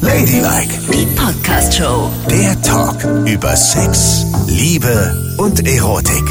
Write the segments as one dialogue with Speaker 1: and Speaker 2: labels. Speaker 1: Ladylike,
Speaker 2: Die Podcast Show.
Speaker 1: der Talk über Sex, Liebe und Erotik.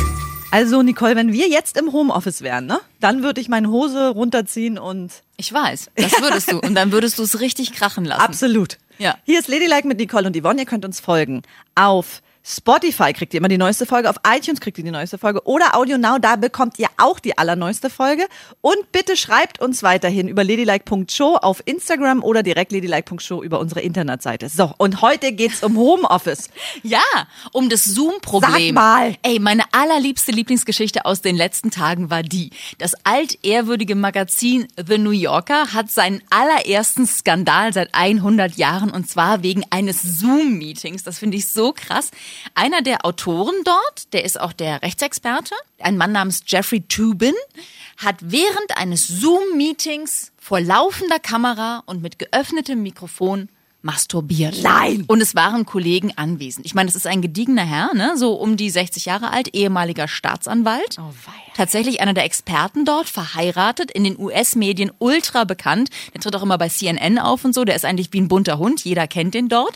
Speaker 3: Also Nicole, wenn wir jetzt im Homeoffice wären, ne? Dann würde ich meine Hose runterziehen und
Speaker 2: Ich weiß, das würdest du. Und dann würdest du es richtig krachen lassen.
Speaker 3: absolut.
Speaker 2: Ja.
Speaker 3: Hier ist Ladylike mit Nicole und Yvonne. Ihr könnt uns folgen auf Spotify kriegt ihr immer die neueste Folge, auf iTunes kriegt ihr die neueste Folge oder Audio Now, da bekommt ihr auch die allerneueste Folge. Und bitte schreibt uns weiterhin über ladylike.show auf Instagram oder direkt ladylike.show über unsere Internetseite. So, und heute geht's um Homeoffice.
Speaker 2: Ja, um das Zoom-Problem.
Speaker 3: Sag mal.
Speaker 2: Ey, meine allerliebste Lieblingsgeschichte aus den letzten Tagen war die. Das altehrwürdige Magazin The New Yorker hat seinen allerersten Skandal seit 100 Jahren und zwar wegen eines Zoom-Meetings. Das finde ich so krass. Einer der Autoren dort, der ist auch der Rechtsexperte, ein Mann namens Jeffrey Tubin, hat während eines Zoom-Meetings vor laufender Kamera und mit geöffnetem Mikrofon masturbiert.
Speaker 3: Nein!
Speaker 2: Und es waren Kollegen anwesend. Ich meine, es ist ein gediegener Herr, ne? so um die 60 Jahre alt, ehemaliger Staatsanwalt. Tatsächlich einer der Experten dort, verheiratet, in den US-Medien ultra bekannt. Der tritt auch immer bei CNN auf und so. Der ist eigentlich wie ein bunter Hund. Jeder kennt den dort.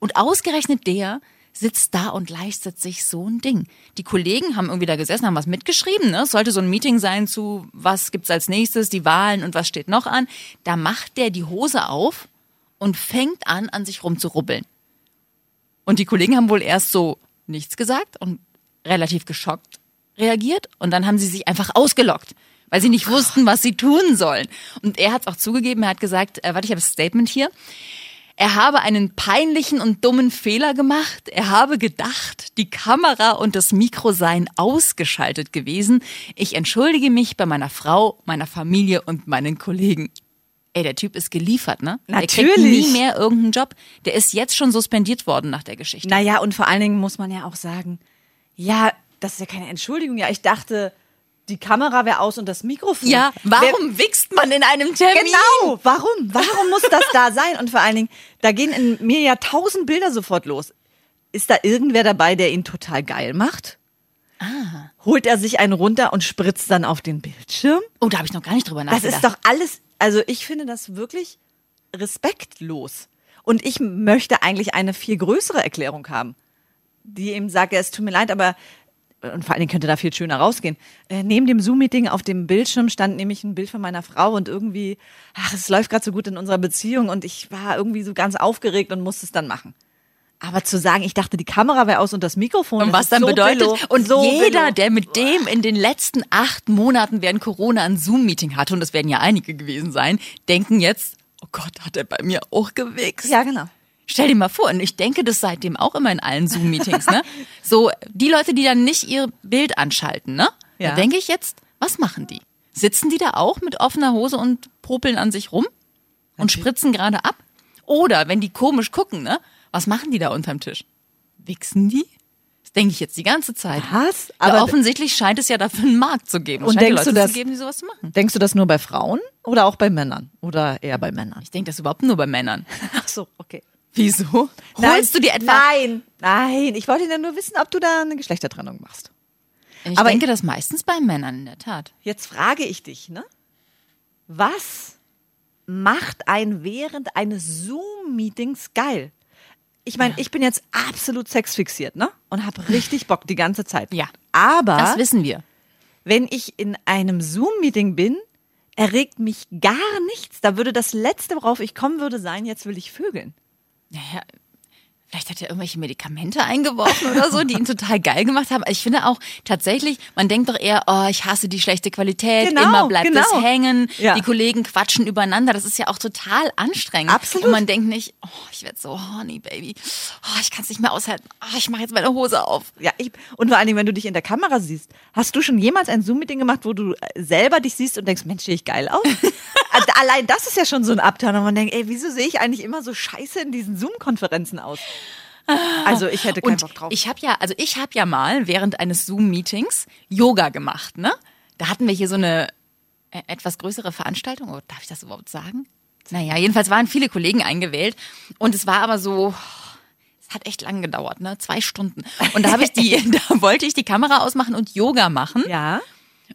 Speaker 2: Und ausgerechnet der sitzt da und leistet sich so ein Ding. Die Kollegen haben irgendwie da gesessen, haben was mitgeschrieben. Ne? Es sollte so ein Meeting sein zu, was gibt's als nächstes, die Wahlen und was steht noch an. Da macht der die Hose auf und fängt an, an sich rumzurubbeln. Und die Kollegen haben wohl erst so nichts gesagt und relativ geschockt reagiert. Und dann haben sie sich einfach ausgelockt, weil sie nicht wussten, was sie tun sollen. Und er hat es auch zugegeben, er hat gesagt, äh, warte, ich habe das Statement hier. Er habe einen peinlichen und dummen Fehler gemacht. Er habe gedacht, die Kamera und das Mikro seien ausgeschaltet gewesen. Ich entschuldige mich bei meiner Frau, meiner Familie und meinen Kollegen. Ey, der Typ ist geliefert, ne? Der kriegt
Speaker 3: Natürlich.
Speaker 2: nie mehr irgendeinen Job. Der ist jetzt schon suspendiert worden nach der Geschichte.
Speaker 3: Naja, und vor allen Dingen muss man ja auch sagen, ja, das ist ja keine Entschuldigung. Ja, ich dachte, die Kamera wäre aus und das Mikrofon.
Speaker 2: Ja, warum wichst man in einem Termin?
Speaker 3: Wer, genau, warum? Warum muss das da sein? Und vor allen Dingen, da gehen in mir ja tausend Bilder sofort los. Ist da irgendwer dabei, der ihn total geil macht?
Speaker 2: Ah.
Speaker 3: Holt er sich einen runter und spritzt dann auf den Bildschirm?
Speaker 2: Oh, da habe ich noch gar nicht drüber
Speaker 3: Das
Speaker 2: nachgedacht.
Speaker 3: ist doch alles, also ich finde das wirklich respektlos. Und ich möchte eigentlich eine viel größere Erklärung haben, die ihm sagt, ja, es tut mir leid, aber und vor allen Dingen könnte da viel schöner rausgehen. Äh, neben dem Zoom-Meeting auf dem Bildschirm stand nämlich ein Bild von meiner Frau und irgendwie, ach, es läuft gerade so gut in unserer Beziehung und ich war irgendwie so ganz aufgeregt und musste es dann machen. Aber zu sagen, ich dachte, die Kamera wäre aus und das Mikrofon.
Speaker 2: und
Speaker 3: das
Speaker 2: was
Speaker 3: ist
Speaker 2: dann
Speaker 3: so
Speaker 2: bedeutet,
Speaker 3: billo,
Speaker 2: und
Speaker 3: so
Speaker 2: jeder,
Speaker 3: billo.
Speaker 2: der mit dem in den letzten acht Monaten während Corona ein Zoom-Meeting hatte, und das werden ja einige gewesen sein, denken jetzt, oh Gott, hat er bei mir auch gewichst.
Speaker 3: Ja, genau.
Speaker 2: Stell dir mal vor, und ich denke das seitdem auch immer in allen Zoom-Meetings, ne? So, die Leute, die dann nicht ihr Bild anschalten, ne? Da
Speaker 3: Ja.
Speaker 2: denke ich jetzt, was machen die? Sitzen die da auch mit offener Hose und popeln an sich rum und spritzen gerade ab? Oder wenn die komisch gucken, ne? Was machen die da unterm Tisch? Wichsen die? Das denke ich jetzt die ganze Zeit.
Speaker 3: Was?
Speaker 2: Aber
Speaker 3: Aber-
Speaker 2: ja, offensichtlich scheint es ja dafür einen Markt zu geben. Es
Speaker 3: Und
Speaker 2: scheint
Speaker 3: denkst
Speaker 2: Leute
Speaker 3: du, dass-
Speaker 2: zu geben, die sowas machen?
Speaker 3: Denkst du das nur bei Frauen oder auch bei Männern? Oder eher bei Männern?
Speaker 2: Ich denke das überhaupt nur bei Männern.
Speaker 3: Ach so, okay.
Speaker 2: Wieso? Holst du dir etwa?
Speaker 3: Nein, nein. Ich wollte ja nur wissen, ob du da eine Geschlechtertrennung machst.
Speaker 2: Ich
Speaker 3: Aber-
Speaker 2: denke das meistens bei Männern in der Tat.
Speaker 3: Jetzt frage ich dich, ne? Was macht ein während eines Zoom-Meetings geil? Ich meine, ich bin jetzt absolut sexfixiert, ne? Und habe richtig Bock die ganze Zeit.
Speaker 2: Ja.
Speaker 3: Aber
Speaker 2: Das wissen wir.
Speaker 3: wenn ich in einem Zoom-Meeting bin, erregt mich gar nichts. Da würde das Letzte, worauf ich kommen würde, sein, jetzt will ich vögeln.
Speaker 2: Naja, vielleicht hat er irgendwelche Medikamente eingeworfen oder so, die ihn total geil gemacht haben. Also Ich finde auch tatsächlich, man denkt doch eher, oh, ich hasse die schlechte Qualität,
Speaker 3: Genau,
Speaker 2: immer bleibt
Speaker 3: genau.
Speaker 2: es hängen,
Speaker 3: Ja.
Speaker 2: die Kollegen quatschen übereinander. Das ist ja auch total anstrengend.
Speaker 3: Absolut.
Speaker 2: Und man denkt nicht, oh, ich werde so horny, Baby. Oh, ich kann es nicht mehr aushalten. Oh, ich mache jetzt meine Hose auf.
Speaker 3: Ja, ich, und vor allen Dingen, wenn du dich in der Kamera siehst, hast du schon jemals ein Zoom-Meeting gemacht, wo du äh, selber dich siehst und denkst, Mensch, sehe ich geil aus? Also Allein das ist ja schon so ein Abturner. Man denkt, ey, wieso sehe ich eigentlich immer so scheiße in diesen Zoom-Konferenzen aus? Also ich hätte keinen
Speaker 2: Und
Speaker 3: Bock drauf.
Speaker 2: ich habe ja, also ich habe ja mal während eines Zoom-Meetings Yoga gemacht, ne? Da hatten wir hier so eine äh, etwas größere Veranstaltung. Oh, darf ich das überhaupt sagen? Naja, jedenfalls waren viele Kollegen eingewählt und es war aber so, es hat echt lang gedauert, ne? Zwei Stunden. Und da habe ich die, da wollte ich die Kamera ausmachen und Yoga machen
Speaker 3: ja,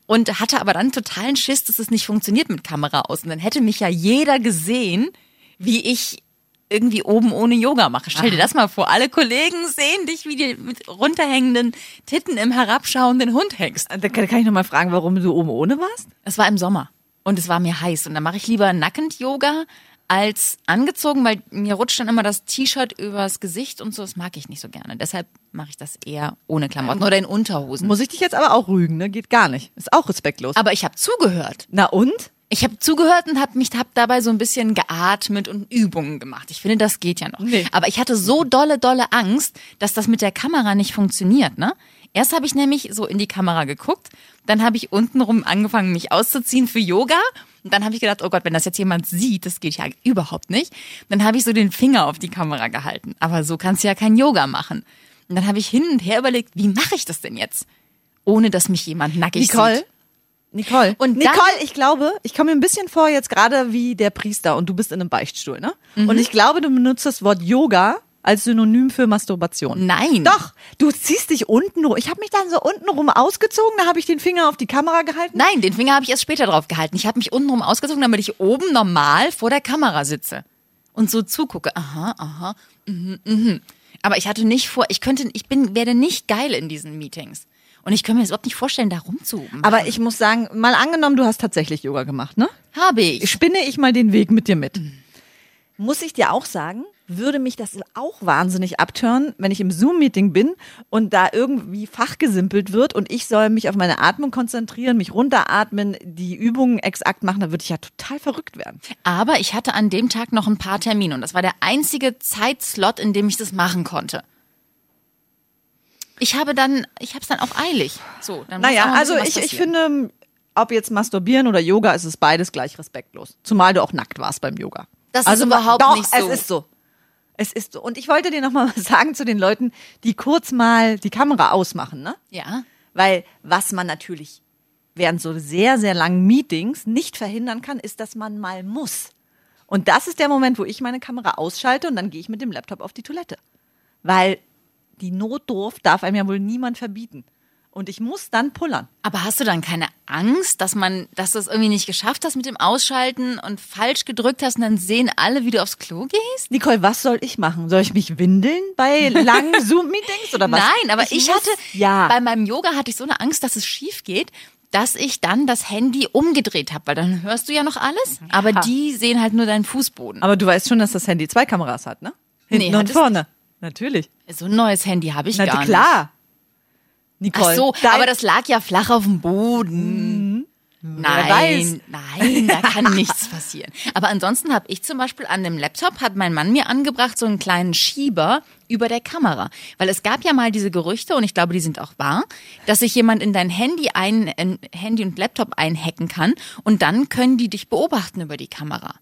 Speaker 2: und hatte aber dann totalen Schiss, dass es nicht funktioniert mit Kamera aus. Und dann hätte mich ja jeder gesehen, wie ich irgendwie oben ohne Yoga mache. Stell dir das mal vor. Alle Kollegen sehen dich, wie du mit runterhängenden Titten im herabschauenden Hund hängst.
Speaker 3: Äh, Da kann, kann ich nochmal fragen, warum du oben ohne warst?
Speaker 2: Es war im Sommer und es war mir heiß. Und dann mache ich lieber nackend Yoga als angezogen, weil mir rutscht dann immer das T-Shirt übers Gesicht und so. Das mag ich nicht so gerne. Deshalb mache ich das eher ohne Klamotten oder in Unterhosen.
Speaker 3: Muss ich dich jetzt aber auch rügen, ne? Geht gar nicht. Ist auch respektlos.
Speaker 2: Aber ich habe zugehört.
Speaker 3: Na und?
Speaker 2: Ich habe zugehört und habe mich hab dabei so ein bisschen geatmet und Übungen gemacht. Ich finde, das geht ja noch.
Speaker 3: Nee.
Speaker 2: Aber ich hatte so dolle, dolle Angst, dass das mit der Kamera nicht funktioniert. Ne? Erst habe ich nämlich so in die Kamera geguckt, dann habe ich untenrum angefangen, mich auszuziehen für Yoga. Und dann habe ich gedacht, oh Gott, wenn das jetzt jemand sieht, das geht ja überhaupt nicht. Dann habe ich so den Finger auf die Kamera gehalten. Aber so kannst du ja kein Yoga machen. Und dann habe ich hin und her überlegt, wie mache ich das denn jetzt? Ohne dass mich jemand nackig
Speaker 3: Nicole?
Speaker 2: sieht.
Speaker 3: Nicole.
Speaker 2: Und dann-
Speaker 3: Nicole, ich glaube, ich komme mir ein bisschen vor jetzt gerade wie der Priester und du bist in einem Beichtstuhl, ne?
Speaker 2: Mhm.
Speaker 3: Und ich glaube, du benutzt das Wort Yoga als Synonym für Masturbation.
Speaker 2: Nein.
Speaker 3: Doch, du ziehst dich unten rum. Ich habe mich dann so unten rum ausgezogen, da habe ich den Finger auf die Kamera gehalten.
Speaker 2: Nein, den Finger habe ich erst später drauf gehalten. Ich habe mich untenrum ausgezogen, damit ich oben normal vor der Kamera sitze und so zugucke. Aha, aha. Mhm, mhm. Aber ich hatte nicht vor, ich könnte, ich bin, werde nicht geil in diesen Meetings. Und ich könnte mir das überhaupt nicht vorstellen, da rumzuhuben.
Speaker 3: Aber ich muss sagen, mal angenommen, du hast tatsächlich Yoga gemacht, ne?
Speaker 2: habe ich.
Speaker 3: Spinne ich mal den Weg mit dir mit. Muss ich dir auch sagen, würde mich das auch wahnsinnig abtören, wenn ich im Zoom-Meeting bin und da irgendwie fachgesimpelt wird und ich soll mich auf meine Atmung konzentrieren, mich runteratmen, die Übungen exakt machen, da würde ich ja total verrückt werden.
Speaker 2: Aber ich hatte an dem Tag noch ein paar Termine und das war der einzige Zeitslot, in dem ich das machen konnte. Ich habe dann, ich habe es dann auch eilig. So, dann muss auch
Speaker 3: Naja,
Speaker 2: ein
Speaker 3: also
Speaker 2: bisschen was
Speaker 3: ich, ich
Speaker 2: passieren.
Speaker 3: finde, ob jetzt masturbieren oder Yoga, ist es beides gleich respektlos. Zumal du auch nackt warst beim Yoga.
Speaker 2: Das ist
Speaker 3: also
Speaker 2: überhaupt
Speaker 3: doch,
Speaker 2: nicht so.
Speaker 3: Es ist so. Es ist so. Und ich wollte dir nochmal was sagen zu den Leuten, die kurz mal die Kamera ausmachen, ne?
Speaker 2: Ja.
Speaker 3: Weil was man natürlich während so sehr, sehr langen Meetings nicht verhindern kann, ist, dass man mal muss. Und das ist der Moment, wo ich meine Kamera ausschalte und dann gehe ich mit dem Laptop auf die Toilette. Weil die Notdurft darf einem ja wohl niemand verbieten. Und ich muss dann pullern.
Speaker 2: Aber hast du dann keine Angst, dass man, dass du es irgendwie nicht geschafft hast mit dem Ausschalten und falsch gedrückt hast und dann sehen alle, wie du aufs Klo gehst?
Speaker 3: Nicole, was soll ich machen? Soll ich mich windeln bei langen Zoom-Meetings oder was?
Speaker 2: Nein, aber ich,
Speaker 3: muss-
Speaker 2: hatte,
Speaker 3: ja.
Speaker 2: bei meinem Yoga hatte ich so eine Angst, dass es schief geht, dass ich dann das Handy umgedreht habe, weil dann hörst du ja noch alles, aber die sehen halt nur deinen Fußboden.
Speaker 3: Mhm. aber du weißt schon, dass das Handy zwei Kameras hat, ne? Hinten
Speaker 2: Nee, hat
Speaker 3: und
Speaker 2: es
Speaker 3: vorne. Natürlich.
Speaker 2: So ein neues Handy habe ich
Speaker 3: Na
Speaker 2: gar nicht.
Speaker 3: klar. Nicole.
Speaker 2: Ach so,
Speaker 3: dein-
Speaker 2: aber das lag ja flach auf dem Boden. Nein,
Speaker 3: weiß.
Speaker 2: nein, da kann nichts passieren. Aber ansonsten habe ich zum Beispiel an dem Laptop, hat mein Mann mir angebracht, so einen kleinen Schieber über der Kamera. Weil es gab ja mal diese Gerüchte, und ich glaube, die sind auch wahr, dass sich jemand in dein Handy ein, in Handy und Laptop einhacken kann und dann können die dich beobachten über die Kamera.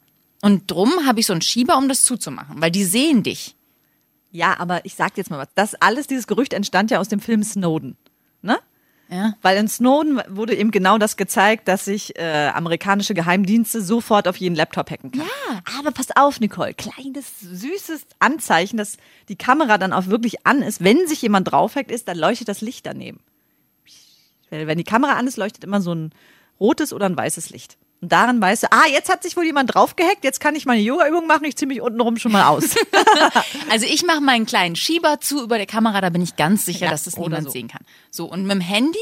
Speaker 2: Und drum habe ich so einen Schieber, um das zuzumachen, weil die sehen dich.
Speaker 3: Ja, aber ich sag jetzt mal was. Das alles, dieses Gerücht entstand ja aus dem Film Snowden. Ne?
Speaker 2: Ja.
Speaker 3: Weil in Snowden wurde eben genau das gezeigt, dass sich äh, amerikanische Geheimdienste sofort auf jeden Laptop hacken kann. Ja. Aber pass auf, Nicole, kleines süßes Anzeichen, dass die Kamera dann auch wirklich an ist. Wenn sich jemand draufhackt ist, dann leuchtet das Licht daneben. Weil Wenn die Kamera an ist, leuchtet immer so ein rotes oder ein weißes Licht. Und daran weißt du, ah, jetzt hat sich wohl jemand draufgehackt, jetzt kann ich meine Yoga-Übung machen, ich ziehe mich untenrum schon mal aus.
Speaker 2: Also ich mache meinen kleinen Schieber zu über der Kamera, da bin ich ganz sicher, dass das
Speaker 3: oder
Speaker 2: niemand
Speaker 3: so.
Speaker 2: sehen kann. So, und mit dem Handy,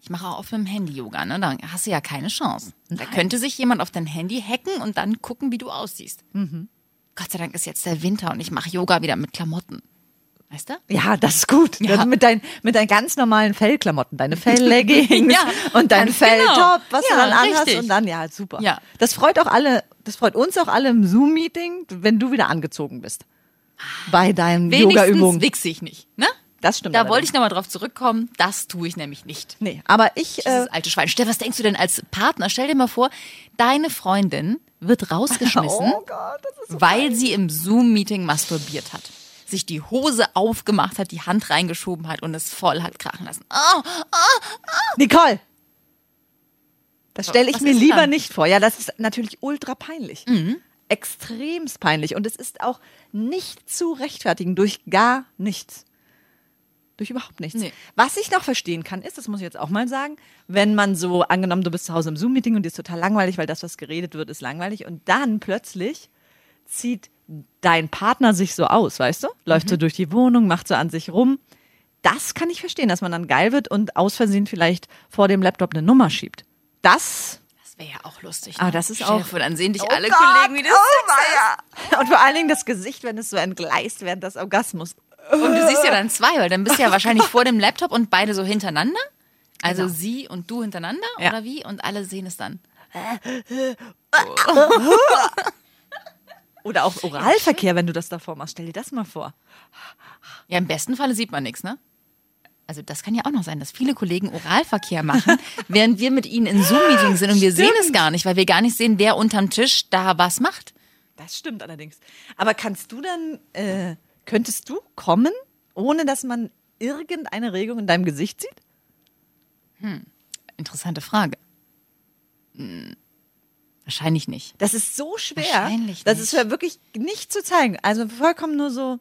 Speaker 2: ich mache auch oft mit dem Handy Yoga, ne? Da hast du ja keine Chance. Da könnte sich jemand auf dein Handy hacken und dann gucken, wie du aussiehst.
Speaker 3: Mhm.
Speaker 2: Gott sei Dank ist jetzt der Winter und ich mache Yoga wieder mit Klamotten. Weißt du?
Speaker 3: Ja, das ist gut.
Speaker 2: Ja.
Speaker 3: Das Mit, dein, mit deinen ganz normalen Fellklamotten, deine Fellleggings
Speaker 2: Ja,
Speaker 3: und dein
Speaker 2: ganz
Speaker 3: Felltop,
Speaker 2: genau.
Speaker 3: was
Speaker 2: Ja,
Speaker 3: du dann anhast
Speaker 2: richtig.
Speaker 3: und dann, ja, super.
Speaker 2: Ja.
Speaker 3: Das freut auch alle, das freut uns auch alle im Zoom-Meeting, wenn du wieder angezogen bist. Bei deinen
Speaker 2: Wenigstens
Speaker 3: Yoga-Übungen.
Speaker 2: wichse ich nicht, ne?
Speaker 3: Das stimmt.
Speaker 2: Da wollte
Speaker 3: allerdings.
Speaker 2: ich nochmal drauf zurückkommen. Das tue ich nämlich nicht.
Speaker 3: Nee, aber ich, äh,
Speaker 2: Dieses alte Schwein. Stell, was denkst du denn als Partner? Stell dir mal vor, deine Freundin wird rausgeschmissen,
Speaker 3: Oh Gott, das ist so
Speaker 2: weil sie im Zoom-Meeting masturbiert hat. Sich die Hose aufgemacht hat, die Hand reingeschoben hat und es voll hat krachen lassen. Oh,
Speaker 3: Nicole! Das stelle ich
Speaker 2: Was
Speaker 3: mir
Speaker 2: ist Mhm.
Speaker 3: lieber
Speaker 2: dann?
Speaker 3: nicht vor. Ja, das ist natürlich ultra peinlich. Extremst peinlich. Und es ist auch nicht zu rechtfertigen durch gar nichts. Durch überhaupt nichts.
Speaker 2: Nee.
Speaker 3: Was ich noch verstehen kann, ist, das muss ich jetzt auch mal sagen, wenn man so, angenommen, du bist zu Hause im Zoom-Meeting und dir ist total langweilig, weil das, was geredet wird, ist langweilig und dann plötzlich zieht dein Partner sich so aus, weißt du? Läuft
Speaker 2: Mhm.
Speaker 3: so durch die Wohnung, macht so an sich rum. Das kann ich verstehen, dass man dann geil wird und aus Versehen vielleicht vor dem Laptop eine Nummer schiebt. Das
Speaker 2: Das wäre ja auch lustig. ne?
Speaker 3: Aber Ah, das ist
Speaker 2: Stell dir
Speaker 3: auch-
Speaker 2: vor, Dann sehen dich alle
Speaker 3: Gott,
Speaker 2: Kollegen wie das
Speaker 3: oh
Speaker 2: Sex hast.
Speaker 3: und vor allen Dingen das Gesicht, wenn es so entgleist während des Orgasmus.
Speaker 2: Und du siehst ja dann zwei, weil dann bist du ja wahrscheinlich vor dem Laptop und beide so hintereinander. Also sie und du hintereinander
Speaker 3: Genau. Ja.
Speaker 2: oder wie? Und alle sehen es dann.
Speaker 3: Oder auch Oralverkehr, wenn du das davor machst. Stell dir das mal vor.
Speaker 2: Ja, im besten Falle sieht man nichts, ne? Also das kann ja auch noch sein, dass viele Kollegen Oralverkehr machen, während wir mit ihnen in Zoom-Meeting sind und wir sehen es gar nicht, weil wir gar nicht sehen, wer unterm Tisch da was macht.
Speaker 3: Das stimmt allerdings. Aber kannst du dann, äh, könntest du kommen, ohne dass man irgendeine Regung in deinem Gesicht sieht?
Speaker 2: Interessante Frage. Hm, wahrscheinlich nicht.
Speaker 3: Das ist so schwer.
Speaker 2: Wahrscheinlich
Speaker 3: Das
Speaker 2: nicht.
Speaker 3: ist ja wirklich nicht zu zeigen. Also vollkommen nur so.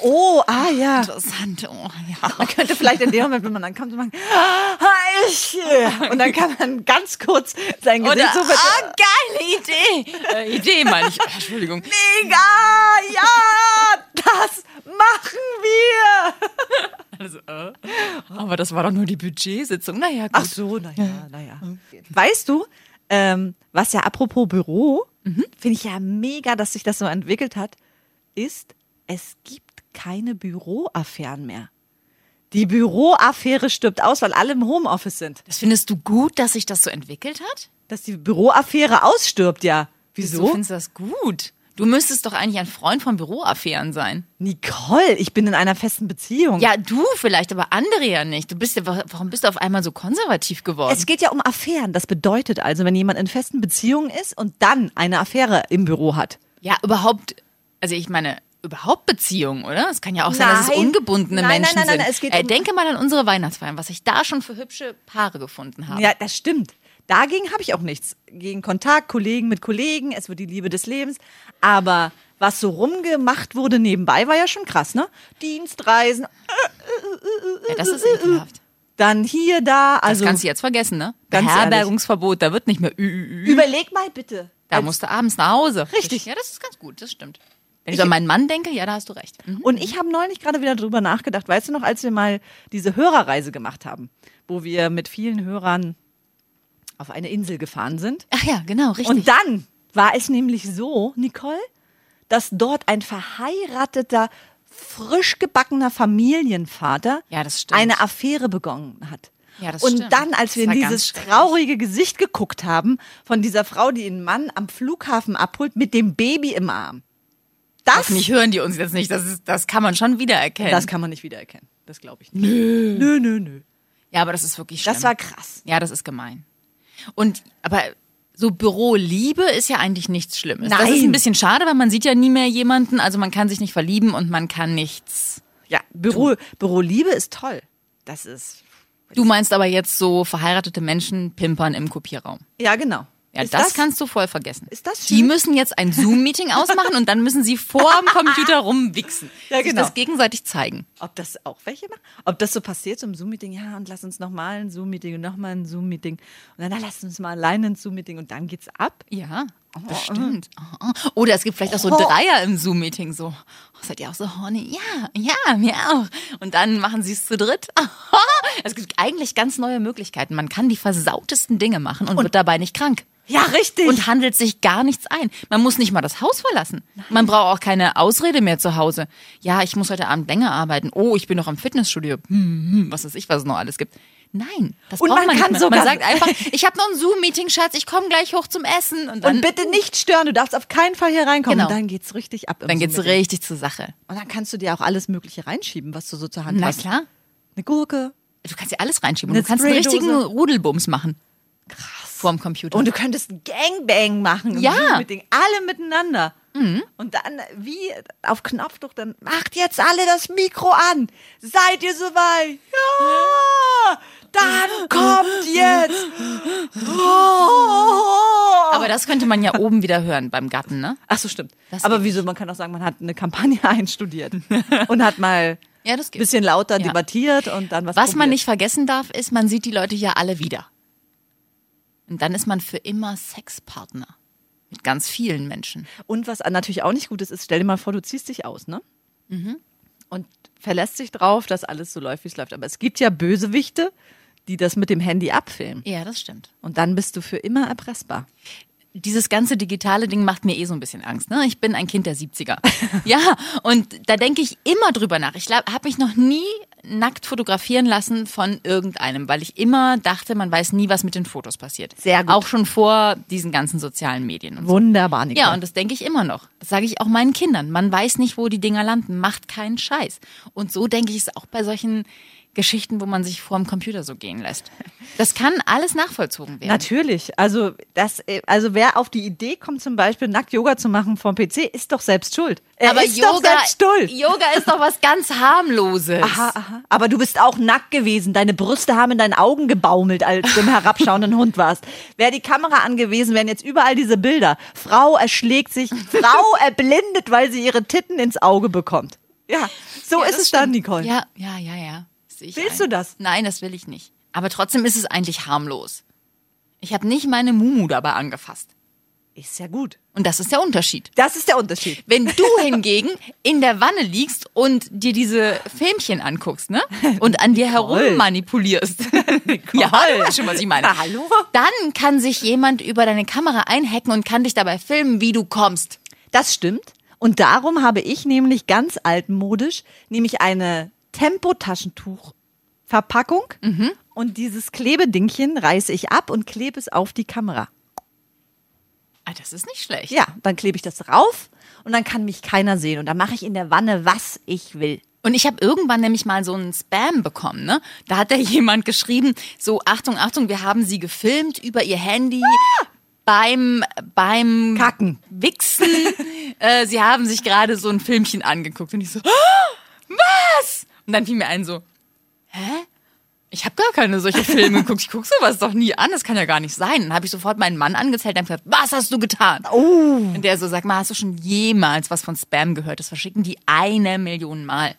Speaker 3: Oh, ah ja.
Speaker 2: Interessant. Oh, ja.
Speaker 3: Man könnte vielleicht in dem Moment, wenn man dann kommt, so machen. "Ah, ich", äh, Und dann kann man ganz kurz sein Gesicht
Speaker 2: Oder,
Speaker 3: so ver-
Speaker 2: ah, geile Idee. Äh, Idee meine ich. Entschuldigung.
Speaker 3: Mega! Ja! Das machen wir!
Speaker 2: Also, äh, aber das war doch nur die Budgetsitzung. Naja, gut.
Speaker 3: Ach so, naja, naja. Weißt du, ähm, was ja apropos Büro,
Speaker 2: Mhm.
Speaker 3: finde ich ja mega, dass sich das so entwickelt hat, ist, es gibt keine Büroaffären mehr. Die Büroaffäre stirbt aus, weil alle im Homeoffice sind.
Speaker 2: Das findest du gut, dass sich das so entwickelt hat?
Speaker 3: Dass die Büroaffäre ausstirbt, ja. Wieso?
Speaker 2: Du findest das gut. Du müsstest doch eigentlich ein Freund von Büroaffären sein.
Speaker 3: Nicole, ich bin in einer festen Beziehung.
Speaker 2: Ja, du vielleicht, aber andere ja nicht. Du bist ja, wa- warum bist du auf einmal so konservativ geworden?
Speaker 3: Es geht ja um Affären. Das bedeutet also, wenn jemand in festen Beziehungen ist und dann eine Affäre im Büro hat.
Speaker 2: ja, überhaupt, also ich meine, überhaupt Beziehungen, oder? Es kann ja auch sein, dass es
Speaker 3: Nein.
Speaker 2: ungebundene
Speaker 3: Nein, nein,
Speaker 2: Menschen
Speaker 3: nein, nein,
Speaker 2: sind.
Speaker 3: nein, es geht
Speaker 2: äh,
Speaker 3: um-
Speaker 2: denke mal an unsere Weihnachtsfeiern, was ich da schon für hübsche Paare gefunden habe.
Speaker 3: Ja, das stimmt. Dagegen habe ich auch nichts. Gegen Kontakt, Kollegen mit Kollegen, es wird die Liebe des Lebens. Aber was so rumgemacht wurde nebenbei, war ja schon krass, ne? Dienstreisen,
Speaker 2: Ja, Äh, das ist ekelhaft.
Speaker 3: dann hier, da.
Speaker 2: Das
Speaker 3: Also
Speaker 2: kannst du jetzt vergessen, ne?
Speaker 3: Ganz ehrlich.
Speaker 2: Beherbergungsverbot, da wird nicht mehr ü, ü, ü.
Speaker 3: überleg mal bitte.
Speaker 2: Da
Speaker 3: Als-
Speaker 2: musst du abends nach Hause.
Speaker 3: Richtig.
Speaker 2: Ja, das ist ganz gut, das stimmt. Wenn ich, so an meinen Mann denke, ja, da hast du recht. Mhm.
Speaker 3: Und ich habe neulich gerade wieder drüber nachgedacht, weißt du noch, als wir mal diese Hörerreise gemacht haben, wo wir mit vielen Hörern auf eine Insel gefahren sind.
Speaker 2: Ach ja, genau, richtig.
Speaker 3: Und dann war es nämlich so, Nicole, dass dort ein verheirateter, frisch gebackener Familienvater
Speaker 2: Ja, das stimmt.
Speaker 3: eine Affäre begonnen hat.
Speaker 2: Ja, das
Speaker 3: und
Speaker 2: stimmt.
Speaker 3: dann, als wir
Speaker 2: Das
Speaker 3: in
Speaker 2: war ganz
Speaker 3: dieses
Speaker 2: schrecklich.
Speaker 3: traurige Gesicht geguckt haben, von dieser Frau, die ihren Mann am Flughafen abholt, mit dem Baby im Arm. Das,
Speaker 2: Hoffentlich hören die uns jetzt nicht, das, ist, das kann man schon wiedererkennen.
Speaker 3: das kann man nicht wiedererkennen. Das glaube ich nicht. Nö. Nö, nö, nö.
Speaker 2: ja, aber das ist wirklich schlimm.
Speaker 3: Das war krass.
Speaker 2: ja, das ist gemein. Und, aber so Büroliebe ist ja eigentlich nichts Schlimmes. Das ist
Speaker 3: Nein.
Speaker 2: ein bisschen schade, weil man sieht ja nie mehr jemanden, also man kann sich nicht verlieben und man kann nichts.
Speaker 3: Ja, Büro, Büroliebe ist toll. Das ist.
Speaker 2: Du meinst aber jetzt so verheiratete Menschen pimpern im Kopierraum.
Speaker 3: Ja, genau.
Speaker 2: Ja,
Speaker 3: ist
Speaker 2: das, kannst du voll vergessen.
Speaker 3: Ist das
Speaker 2: die
Speaker 3: schön?
Speaker 2: müssen jetzt ein Zoom-Meeting ausmachen und dann müssen sie vor dem Computer rumwichsen.
Speaker 3: Ja,
Speaker 2: Sich
Speaker 3: genau.
Speaker 2: das gegenseitig zeigen.
Speaker 3: Ob das auch welche machen? Ob das so passiert, so im Zoom-Meeting, ja, und lass uns nochmal ein Zoom-Meeting und nochmal ein Zoom-Meeting. Und dann na, lass uns mal alleine ein Zoom-Meeting und dann geht's ab.
Speaker 2: Ja, bestimmt. Oh, oh. Oder es gibt vielleicht auch so Dreier im Zoom-Meeting. So, oh, seid ihr auch so horny? Ja, ja, mir auch. Und dann machen sie es zu dritt. Es gibt eigentlich ganz neue Möglichkeiten. Man kann die versautesten Dinge machen und, wird dabei nicht krank.
Speaker 3: Ja, richtig.
Speaker 2: Und handelt sich gar nichts ein. Man muss nicht mal das Haus verlassen. Man braucht auch keine Ausrede mehr zu Hause. Ja, ich muss heute Abend länger arbeiten. Oh, ich bin noch am Fitnessstudio. Hm, hm, was weiß ich, was es noch alles gibt. Nein, das
Speaker 3: Und
Speaker 2: braucht
Speaker 3: man
Speaker 2: man, nicht
Speaker 3: kann
Speaker 2: mehr.
Speaker 3: sogar-
Speaker 2: man sagt einfach, ich habe noch ein Zoom-Meeting, Schatz, ich komme gleich hoch zum Essen. Und dann,
Speaker 3: und bitte nicht stören, du darfst auf keinen Fall hier reinkommen.
Speaker 2: Genau.
Speaker 3: Und dann geht's richtig ab. Im
Speaker 2: dann geht's
Speaker 3: Zoom-Meeting.
Speaker 2: richtig zur Sache.
Speaker 3: Und dann kannst du dir auch alles Mögliche reinschieben, was du so zur Hand
Speaker 2: Na
Speaker 3: hast.
Speaker 2: klar,
Speaker 3: Eine Gurke.
Speaker 2: du kannst ja alles reinschieben.
Speaker 3: Eine
Speaker 2: du kannst einen richtigen
Speaker 3: Spraydose.
Speaker 2: Rudelbums machen. Krass. Vorm Computer.
Speaker 3: Und du könntest ein Gangbang machen im
Speaker 2: Ja. Mhm.
Speaker 3: Zoom-Meeting. Alle miteinander. Und dann, wie auf Knopfdruck, dann macht jetzt alle das Mikro an. Seid ihr soweit? Ja! Dann kommt jetzt! Oh.
Speaker 2: aber das könnte man ja oben wieder hören beim Gatten, ne?
Speaker 3: Ach so, stimmt.
Speaker 2: Das
Speaker 3: Aber
Speaker 2: geht
Speaker 3: wieso? Man kann auch sagen, man hat eine Kampagne einstudiert und hat mal
Speaker 2: Ja, das
Speaker 3: ein
Speaker 2: geht.
Speaker 3: bisschen lauter
Speaker 2: Ja.
Speaker 3: debattiert und dann was
Speaker 2: Was man
Speaker 3: probiert.
Speaker 2: nicht vergessen darf, ist, man sieht die Leute ja alle wieder. Und dann ist man für immer Sexpartner. Mit ganz vielen Menschen.
Speaker 3: Und was natürlich auch nicht gut ist, ist, stell dir mal vor, du ziehst dich aus, ne?
Speaker 2: Mhm.
Speaker 3: Und verlässt sich drauf, dass alles so läuft, wie es läuft. Aber es gibt ja Bösewichte, die das mit dem Handy abfilmen.
Speaker 2: Ja, das stimmt.
Speaker 3: Und dann bist du für immer erpressbar.
Speaker 2: Dieses ganze digitale Ding macht mir eh so ein bisschen Angst. Ne? Ich bin ein Kind der 70er. ja, und da denke ich immer drüber nach. Ich habe mich noch nie nackt fotografieren lassen von irgendeinem, weil ich immer dachte, man weiß nie, was mit den Fotos passiert.
Speaker 3: Sehr gut.
Speaker 2: Auch schon vor diesen ganzen sozialen Medien. Und so.
Speaker 3: Wunderbar, Nicole.
Speaker 2: Ja, und das denke ich immer noch. Das sage ich auch meinen Kindern. Man weiß nicht, wo die Dinger landen. Macht keinen Scheiß. Und so denke ich es auch bei solchen Geschichten, wo man sich vor dem Computer so gehen lässt. Das kann alles nachvollzogen werden.
Speaker 3: Natürlich. Also, das, äh, also wer auf die Idee kommt, zum Beispiel nackt Yoga zu machen vom PC, ist doch selbst schuld. Er ist doch selbst schuld.
Speaker 2: Yoga ist doch was ganz harmloses.
Speaker 3: Aha, aha. Aber du bist auch nackt gewesen. Deine Brüste haben in deinen Augen gebaumelt, als du im herabschauenden Hund warst. Wäre die Kamera angewiesen, wären jetzt überall diese Bilder. Frau erschlägt sich, Frau erblindet, weil sie ihre Titten ins Auge bekommt. Ja, so
Speaker 2: Ja,
Speaker 3: ist
Speaker 2: das
Speaker 3: es dann,
Speaker 2: stimmt.
Speaker 3: Nicole.
Speaker 2: Ja, ja, ja, ja. Sehe ich
Speaker 3: Willst du das?
Speaker 2: Nein, das will ich nicht. Aber trotzdem ist es eigentlich harmlos. Ich habe nicht meine Mumu dabei angefasst.
Speaker 3: Ist ja gut.
Speaker 2: Und das ist der Unterschied.
Speaker 3: Das ist der Unterschied.
Speaker 2: Wenn du hingegen in der Wanne liegst und dir diese Filmchen anguckst, ne? Und an dir herum manipulierst. Ja, du weißt schon, was ich meine.
Speaker 3: Na, hallo?
Speaker 2: Dann kann sich jemand über deine Kamera einhacken und kann dich dabei filmen, wie du kommst.
Speaker 3: Das stimmt. Und darum habe ich nämlich ganz altmodisch, nämlich eine Tempotaschentuchverpackung
Speaker 2: Mhm.
Speaker 3: und dieses Klebedingchen reiße ich ab und klebe es auf die Kamera.
Speaker 2: Ah, das ist nicht schlecht.
Speaker 3: Ja, dann klebe ich das rauf und dann kann mich keiner sehen. Und dann mache ich in der Wanne, was ich will.
Speaker 2: Und ich habe irgendwann nämlich mal so einen Spam bekommen, ne? Da hat da jemand geschrieben, so Achtung, Achtung, wir haben sie gefilmt über ihr Handy beim beim
Speaker 3: Kacken.
Speaker 2: Wichsen. äh, sie haben sich gerade so ein Filmchen angeguckt und ich so, "Ah, was? Und dann fiel mir ein so, hä? Ich habe gar keine solche Filme geguckt. Ich guck sowas doch nie an. Das kann ja gar nicht sein. Dann habe ich sofort meinen Mann angezählt und hab gesagt, was hast du getan? Und der so sagt mal, hast du schon jemals was von Spam gehört? Das verschicken die eine Million Mal.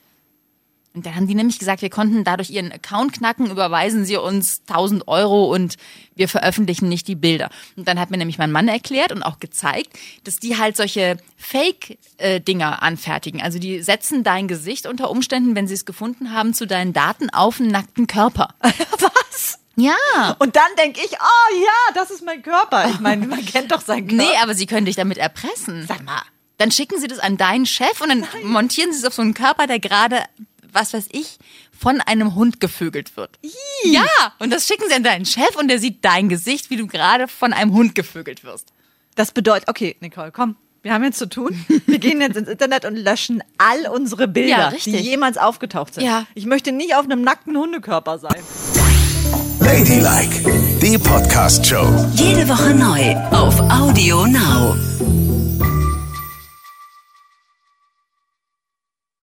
Speaker 2: Und dann haben die nämlich gesagt, wir konnten dadurch ihren Account knacken, überweisen sie uns 1000 Euro und wir veröffentlichen nicht die Bilder. Und dann hat mir nämlich mein Mann erklärt und auch gezeigt, dass die halt solche Fake-Dinger anfertigen. Also die setzen dein Gesicht unter Umständen, wenn sie es gefunden haben, zu deinen Daten auf einen nackten Körper.
Speaker 3: Was?
Speaker 2: Ja.
Speaker 3: Und dann denke ich, oh ja, das ist mein Körper. Ich meine, man kennt doch seinen Körper.
Speaker 2: Nee, aber sie können dich damit erpressen.
Speaker 3: Sag mal.
Speaker 2: Dann schicken sie das an deinen Chef und dann montieren sie es auf so einen Körper, der gerade, was weiß ich, von einem Hund gevögelt wird. Ja, und das schicken sie an deinen Chef und der sieht dein Gesicht, wie du gerade von einem Hund gevögelt wirst.
Speaker 3: Das bedeutet, okay, Nicole, komm, wir haben jetzt zu tun. Wir gehen jetzt ins Internet und löschen all unsere Bilder,
Speaker 2: Ja,
Speaker 3: die
Speaker 2: richtig.
Speaker 3: jemals aufgetaucht sind.
Speaker 2: Ja.
Speaker 3: Ich möchte nicht auf einem nackten Hundekörper sein.
Speaker 1: Ladylike, die Podcast-Show.
Speaker 4: Jede Woche neu auf Audio Now.